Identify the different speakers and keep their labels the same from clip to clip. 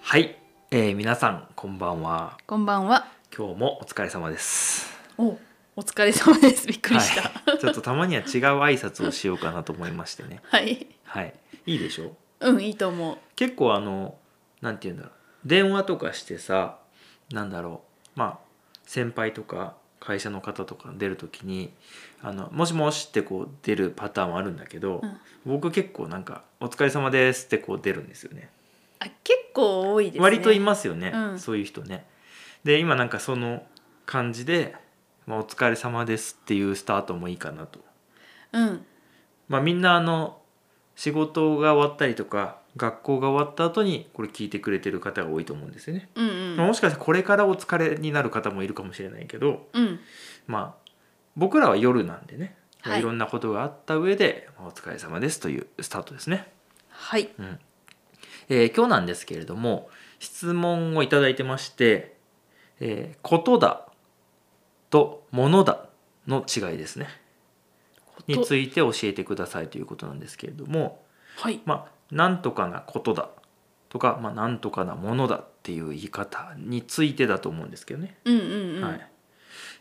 Speaker 1: はい、えー、皆さんこんばんは
Speaker 2: こんばんは。
Speaker 1: 今日もお疲れ様です
Speaker 2: お、お疲れ様です。びっくりした。
Speaker 1: はい、ちょっとたまには違う挨拶をしようかなと思いましてね
Speaker 2: はい、
Speaker 1: はいいいでしょ
Speaker 2: うん、いいと思う。
Speaker 1: 結構あのなんて言うんだろう電話とかしてさなんだろうまあ先輩とか会社の方とか出る時に「あのもしもし」ってこう出るパターンはあるんだけど、
Speaker 2: うん
Speaker 1: 僕結構なんか「お疲れ様です」ってこう出るんですよね。
Speaker 2: あ、結構多いですね。
Speaker 1: 割といますよね、
Speaker 2: うん
Speaker 1: そういう人ねで今なんかその感じで「まあ、お疲れ様です」っていうスタートもいいかなと
Speaker 2: うん、
Speaker 1: まあみんなあの仕事が終わったりとか学校が終わった後にこれ聞いてくれてる方が多いと思うんですよね、
Speaker 2: うん、う
Speaker 1: まあ
Speaker 2: ん、
Speaker 1: もしかしてこれからお疲れになる方もいるかもしれないけど
Speaker 2: うん、
Speaker 1: まあ僕らは夜なんでね、まあ
Speaker 2: はい
Speaker 1: いろんなことがあった上で「まあお疲れ様です」というスタートですね
Speaker 2: はい、
Speaker 1: うんえー今日なんですけれども質問をいただいてまして「えーことだ」と「ものだ」の違いですねについて教えてくださいということなんですけれども
Speaker 2: はい、
Speaker 1: まあなんとかなことだとか、まあ、なんとかなものだっていう言い方についてだと思うんですけどね。
Speaker 2: うん、うん、うん、
Speaker 1: はい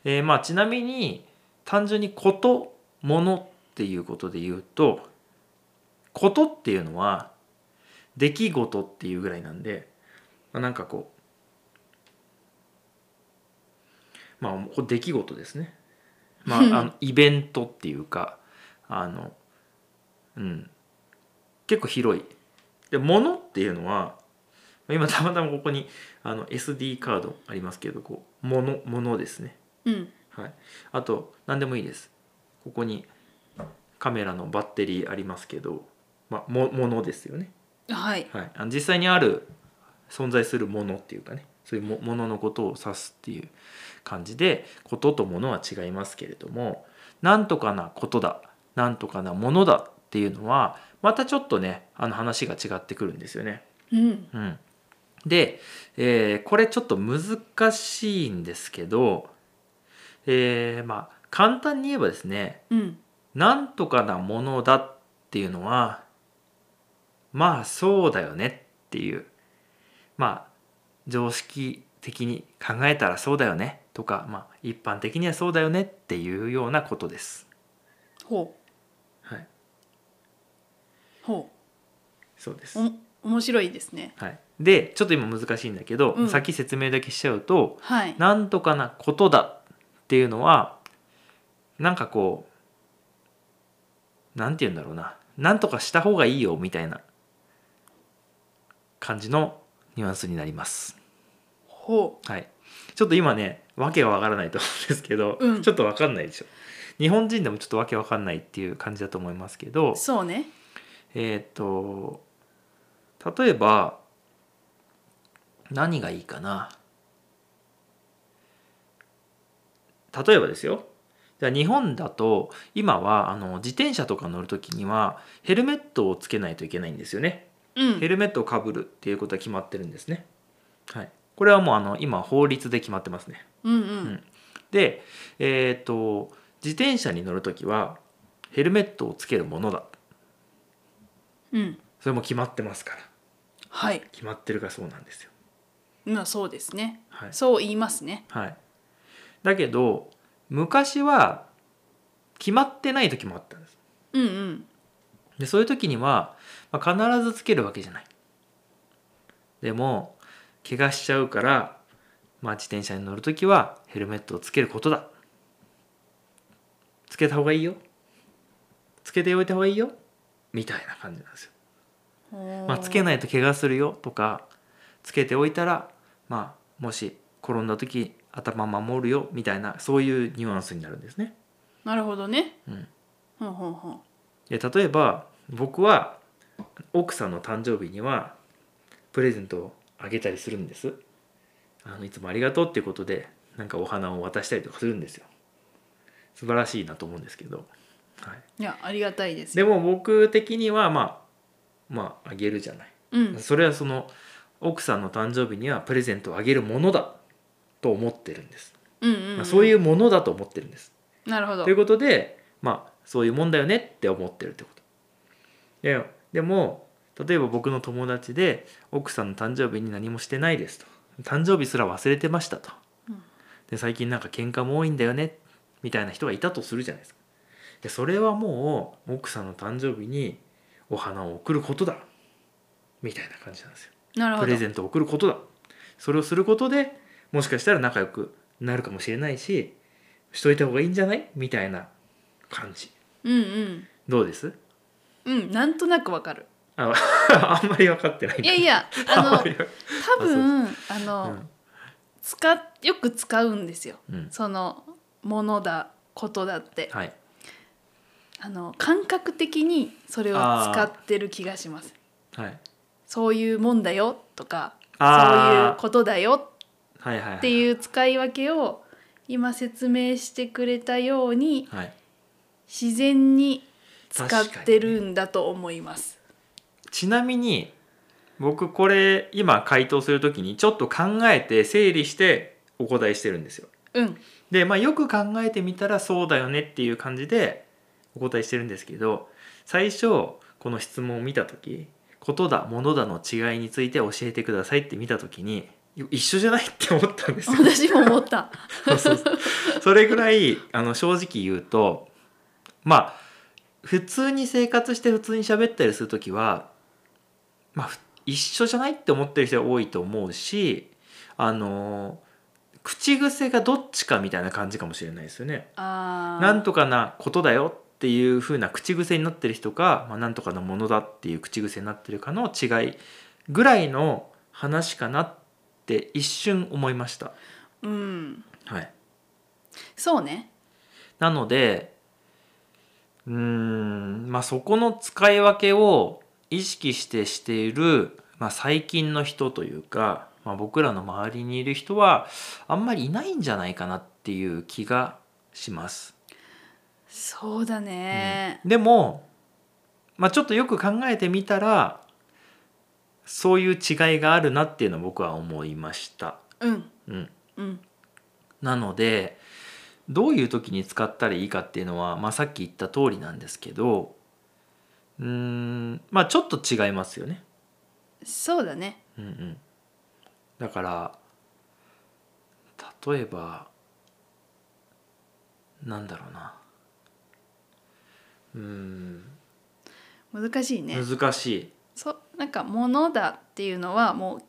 Speaker 1: えーまあ、ちなみに単純に「こと」「もの」っていうことで言うと「こと」っていうのは出来事っていうぐらいなんで、まあ、なんかこうまあこう出来事ですね。まあ、あのイベントっていうかあのうん結構広い。で「もの」っていうのは今たまたまここにあの SD カードありますけどこう「もの」ものですね。
Speaker 2: うん、
Speaker 1: はい、あと何でもいいですここにカメラのバッテリーありますけど、まあ、もものですよね、
Speaker 2: はい、
Speaker 1: はい、あの実際にある存在するものっていうかねそういうももののことを指すっていう感じでこととものは違いますけれどもなんとかなことだなんとかなものだっていうのはまたちょっとねあの話が違ってくるんですよね。
Speaker 2: うん、
Speaker 1: うん、で、えーこれちょっと難しいんですけど、えーまあ簡単に言えばですね
Speaker 2: うん、
Speaker 1: なんとかなものだっていうのはまあそうだよねっていうまあ常識的に考えたらそうだよねとか、まあ、一般的にはそうだよねっていうようなことです。
Speaker 2: ほ
Speaker 1: はい、
Speaker 2: う、ほ
Speaker 1: そうです
Speaker 2: う、おも、面白いですね。
Speaker 1: はい、でちょっと今難しいんだけど、
Speaker 2: うん
Speaker 1: さっき説明だけしちゃうと、
Speaker 2: はい、
Speaker 1: なんとかなことだっていうのはなんかこうなんて言うんだろうななんとかした方がいいよみたいな感じのニュアンスになります。
Speaker 2: ほ
Speaker 1: はい、ちょっと今ねわけがわからないと思うんですけど、
Speaker 2: うん
Speaker 1: ちょっとわかんないでしょ。日本人でもちょっとわけわかんないっていう感じだと思いますけど
Speaker 2: う、そうね。
Speaker 1: えっ、と例えば何がいいかな例えばですよじゃあ日本だと今はあの自転車とか乗る時にはヘルメットをつけないといけないんですよね
Speaker 2: う
Speaker 1: ヘ
Speaker 2: ん、
Speaker 1: ルメットをかぶるっていうことは決まってるんですねはいこれはもうあの今法律で決まってますね
Speaker 2: うん、う
Speaker 1: うん
Speaker 2: ん、
Speaker 1: でえっ、と自転車に乗る時はヘルメットをつけるものだ
Speaker 2: うん、
Speaker 1: それも決まってますから
Speaker 2: はい、
Speaker 1: 決まってるからそうなんですよ。
Speaker 2: まあ、そうですね。
Speaker 1: はい
Speaker 2: そう言いますね。
Speaker 1: はい、だけど昔は決まってない時もあったんです。
Speaker 2: うん、うん、
Speaker 1: でそういう時には、まあ必ずつけるわけじゃない。でも怪我しちゃうから、まあ、自転車に乗る時はヘルメットをつけることだ。つけた方がいいよ。つけておいた方がいいよ。みたいな感じなんですよ。まあ、つけ
Speaker 2: い。
Speaker 1: ないと怪我するよとかつけておいたら、まあ、もし転んだ時頭守るよみたいなそういうニュアンスになるんですね。
Speaker 2: なるほどね。
Speaker 1: うん、
Speaker 2: ほうほうほう。
Speaker 1: で例えば僕は奥さんの誕生日にはプレゼントをあげたりするんです。あのいつもありがとうっていうことでなんかお花を渡したりとかするんですよ。素晴らしいなと思うんですけど。はい、
Speaker 2: いや、ありがたいです。
Speaker 1: でも僕的にはまあまああげるじゃない。
Speaker 2: うん、
Speaker 1: それはその奥さんの誕生日にはプレゼントをあげるものだと思ってるんです、
Speaker 2: うん、うん
Speaker 1: ま
Speaker 2: う
Speaker 1: あ
Speaker 2: ん、
Speaker 1: そういうものだと思ってるんです
Speaker 2: なるほど
Speaker 1: という。ことでまあそういうもんだよねって思ってるってことででも例えば僕の友達で奥さんの誕生日に何もしてないですと誕生日すら忘れてましたと、
Speaker 2: うん
Speaker 1: で最近なんか喧嘩も多いんだよねみたいな人がいたとするじゃないですかでそれはもう奥さんの誕生日にお花を贈ることだみたいな感じなんですよ
Speaker 2: なるほ
Speaker 1: プ
Speaker 2: ど
Speaker 1: レゼントを贈ることだそれをすることでもしかしたら仲良くなるかもしれないししといた方がいいんじゃないみたいな感じ
Speaker 2: うん
Speaker 1: どうです
Speaker 2: うんうんなんとなくわかる
Speaker 1: ああんまり分かってない
Speaker 2: いやいやあ
Speaker 1: あんま
Speaker 2: の
Speaker 1: り分か
Speaker 2: 多分あの、
Speaker 1: うん
Speaker 2: 使っよく使うんですよ
Speaker 1: うん
Speaker 2: そのものだことだって
Speaker 1: はい
Speaker 2: あの感覚的にそれを使ってる気がします
Speaker 1: はい
Speaker 2: そういうもんだよとかそういう
Speaker 1: あー
Speaker 2: ことだよ
Speaker 1: はいはいはい
Speaker 2: っていう使い分けを今説明してくれたように
Speaker 1: はい
Speaker 2: 自然に使ってるんだと思います。
Speaker 1: ちなみに僕これ今回答するときにちょっと考えて整理してお答えしてるんですよ
Speaker 2: うん、
Speaker 1: で、まあ、よく考えてみたらそうだよねっていう感じでお答えしてるんですけど最初この質問を見た時「ことだものだ」の違いについて教えてくださいって見た時にい一緒じゃないって思ったんですよ。
Speaker 2: 私も思った。
Speaker 1: そうそうそうそれぐらいあの正直言うとまあ普通に生活して普通に喋ったりする時は、まあ、ふ一緒じゃないって思ってる人が多いと思うしあの口癖がどっちかみたいな感じかもしれないですよね。
Speaker 2: あー
Speaker 1: なんとかなことだよっていう風な口癖になってる人か、まあ、なんとかなものだっていう口癖になってるかの違いぐらいの話かなって一瞬思いました。
Speaker 2: うん、
Speaker 1: はい
Speaker 2: そうね。
Speaker 1: なのでうーんまあそこの使い分けを意識してしている、まあ、最近の人というか、まあ、僕らの周りにいる人はあんまりいないんじゃないかなっていう気がします。
Speaker 2: そうだね。
Speaker 1: でも、まあ、ちょっとよく考えてみたらそういう違いがあるなっていうのは僕は思いました。
Speaker 2: うん、
Speaker 1: うん、
Speaker 2: うん、
Speaker 1: なのでどういう時に使ったらいいかっていうのは、まあ、さっき言った通りなんですけどうーんまあちょっと違いますよね。
Speaker 2: そうだね。
Speaker 1: うんうん、だから例えばなんだろうなうーん
Speaker 2: 難しいね。
Speaker 1: 難しい。
Speaker 2: そうなんかものだっていうのはもう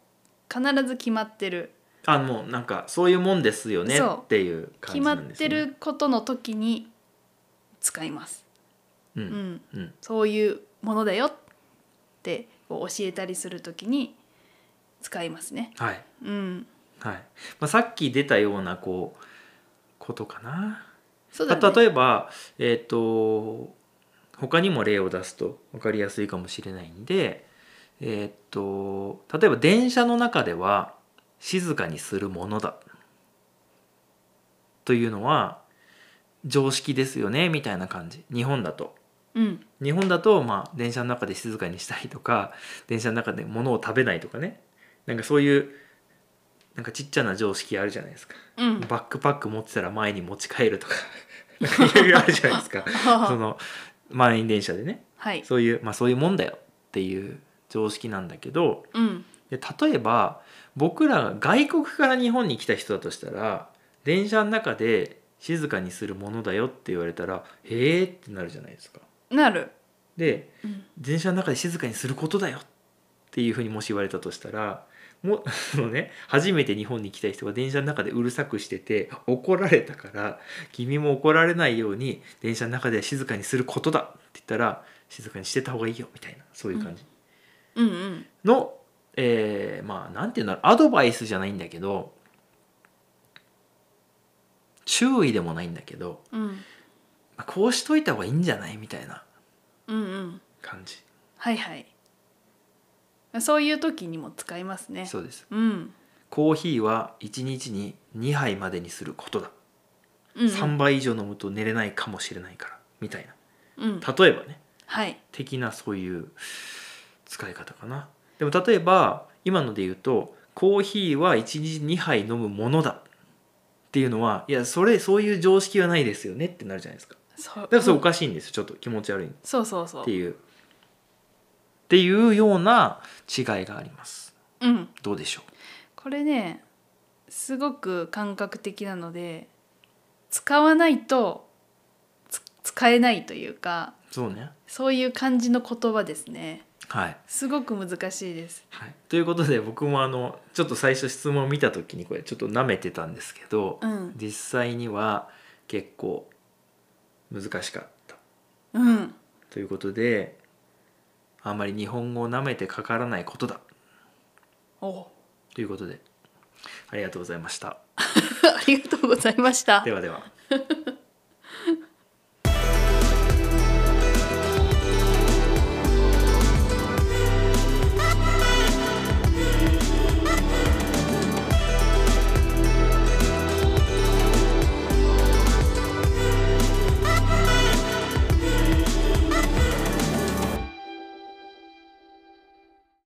Speaker 2: 必ず決まってる。
Speaker 1: あもうなんかそういうもんですよね
Speaker 2: そう
Speaker 1: っていう感
Speaker 2: 決
Speaker 1: じ
Speaker 2: ま
Speaker 1: な
Speaker 2: っ
Speaker 1: んです
Speaker 2: て
Speaker 1: よね。
Speaker 2: ることの時に使います。
Speaker 1: うん
Speaker 2: うん。
Speaker 1: うん
Speaker 2: そういうものだよってこう教えたりするときに使いますね。
Speaker 1: はい
Speaker 2: うん、
Speaker 1: はいまあ、さっき出たようなこうことかな。
Speaker 2: そうだ
Speaker 1: あ
Speaker 2: ね。
Speaker 1: 例えばえっ、と他にも例を出すと分かりやすいかもしれないんでえっ、と例えば電車の中では静かにするものだというのは常識ですよねみたいな感じ日本だと。
Speaker 2: うん、
Speaker 1: 日本だとまあ電車の中で静かにしたりとか電車の中で物を食べないとかねなんかそういうなんかちっちゃな常識あるじゃないですか。
Speaker 2: うん、
Speaker 1: バックパック持ってたら前に持ち帰る とかなんかいろいろあるじゃないですか その満員電車でね
Speaker 2: はい、
Speaker 1: そういうまあそういうもんだよっていう常識なんだけど
Speaker 2: うん、
Speaker 1: で例えば僕らが外国から日本に来た人だとしたら電車の中で静かにするものだよって言われたら「へえ」ってなるじゃないですか。
Speaker 2: なる。
Speaker 1: で
Speaker 2: うん、
Speaker 1: 電車の中で静かにすることだよっていうふうにもし言われたとしたらもあのね初めて日本に来た人が電車の中でうるさくしてて怒られたから君も怒られないように電車の中で静かにすることだって言ったら静かにしてた方がいいよみたいなそういう感じ
Speaker 2: うん、うん、
Speaker 1: の、えーまあなんていうんだろうアドバイスじゃないんだけど注意でもないんだけど
Speaker 2: うん、
Speaker 1: まあこうしといた方がいいんじゃないみたいな
Speaker 2: うん、うん、
Speaker 1: 感じ
Speaker 2: はいはい。そういう時にも使いますね。
Speaker 1: そうです。
Speaker 2: うん、
Speaker 1: コーヒーは1日に2杯までにすることだ、
Speaker 2: うん、
Speaker 1: 3倍以上飲むと寝れないかもしれないからみたい
Speaker 2: うん、
Speaker 1: な例えばね
Speaker 2: はい、
Speaker 1: 的なそういう使い方かなでも例えば今ので言うとコーヒーは1日2杯飲むものだっていうのはいやそれそういう常識はないですよねってなるじゃないですか
Speaker 2: そう
Speaker 1: だからそれおかしいんですよちょっと気持ち悪いっ
Speaker 2: そうそうそう
Speaker 1: て。いうっていうような違いがあります
Speaker 2: うん
Speaker 1: どうでしょ
Speaker 2: これねすごく感覚的なので使わないとつ使えないというか
Speaker 1: うそうね
Speaker 2: そういう感じの言葉ですね
Speaker 1: はい、
Speaker 2: すごく難しいです
Speaker 1: はい、ということで僕もあのちょっと最初質問を見た時にこれちょっと舐めてたんですけど、
Speaker 2: うん
Speaker 1: 実際には結構難しかった
Speaker 2: うん
Speaker 1: ということであんまり日本語を舐めてかからないことだ
Speaker 2: お
Speaker 1: ということでありがとうございました
Speaker 2: ありがとうございました
Speaker 1: ではでは